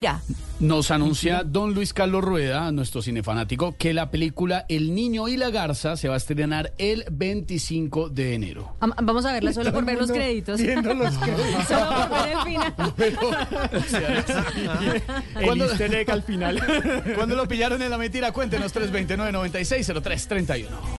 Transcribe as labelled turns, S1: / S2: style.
S1: Ya.
S2: Nos anuncia don Luis Carlos Rueda, nuestro cinefanático, que la película El Niño y la Garza se va a estrenar el 25 de enero.
S1: Am- Vamos a verla solo por ver los
S3: mundo
S1: créditos.
S3: viendo los créditos.
S1: Solo por ver el final.
S2: ¿Cuándo-
S3: al final.
S2: ¿Cuándo lo pillaron en la mentira? Cuéntenos 329 96 03 31.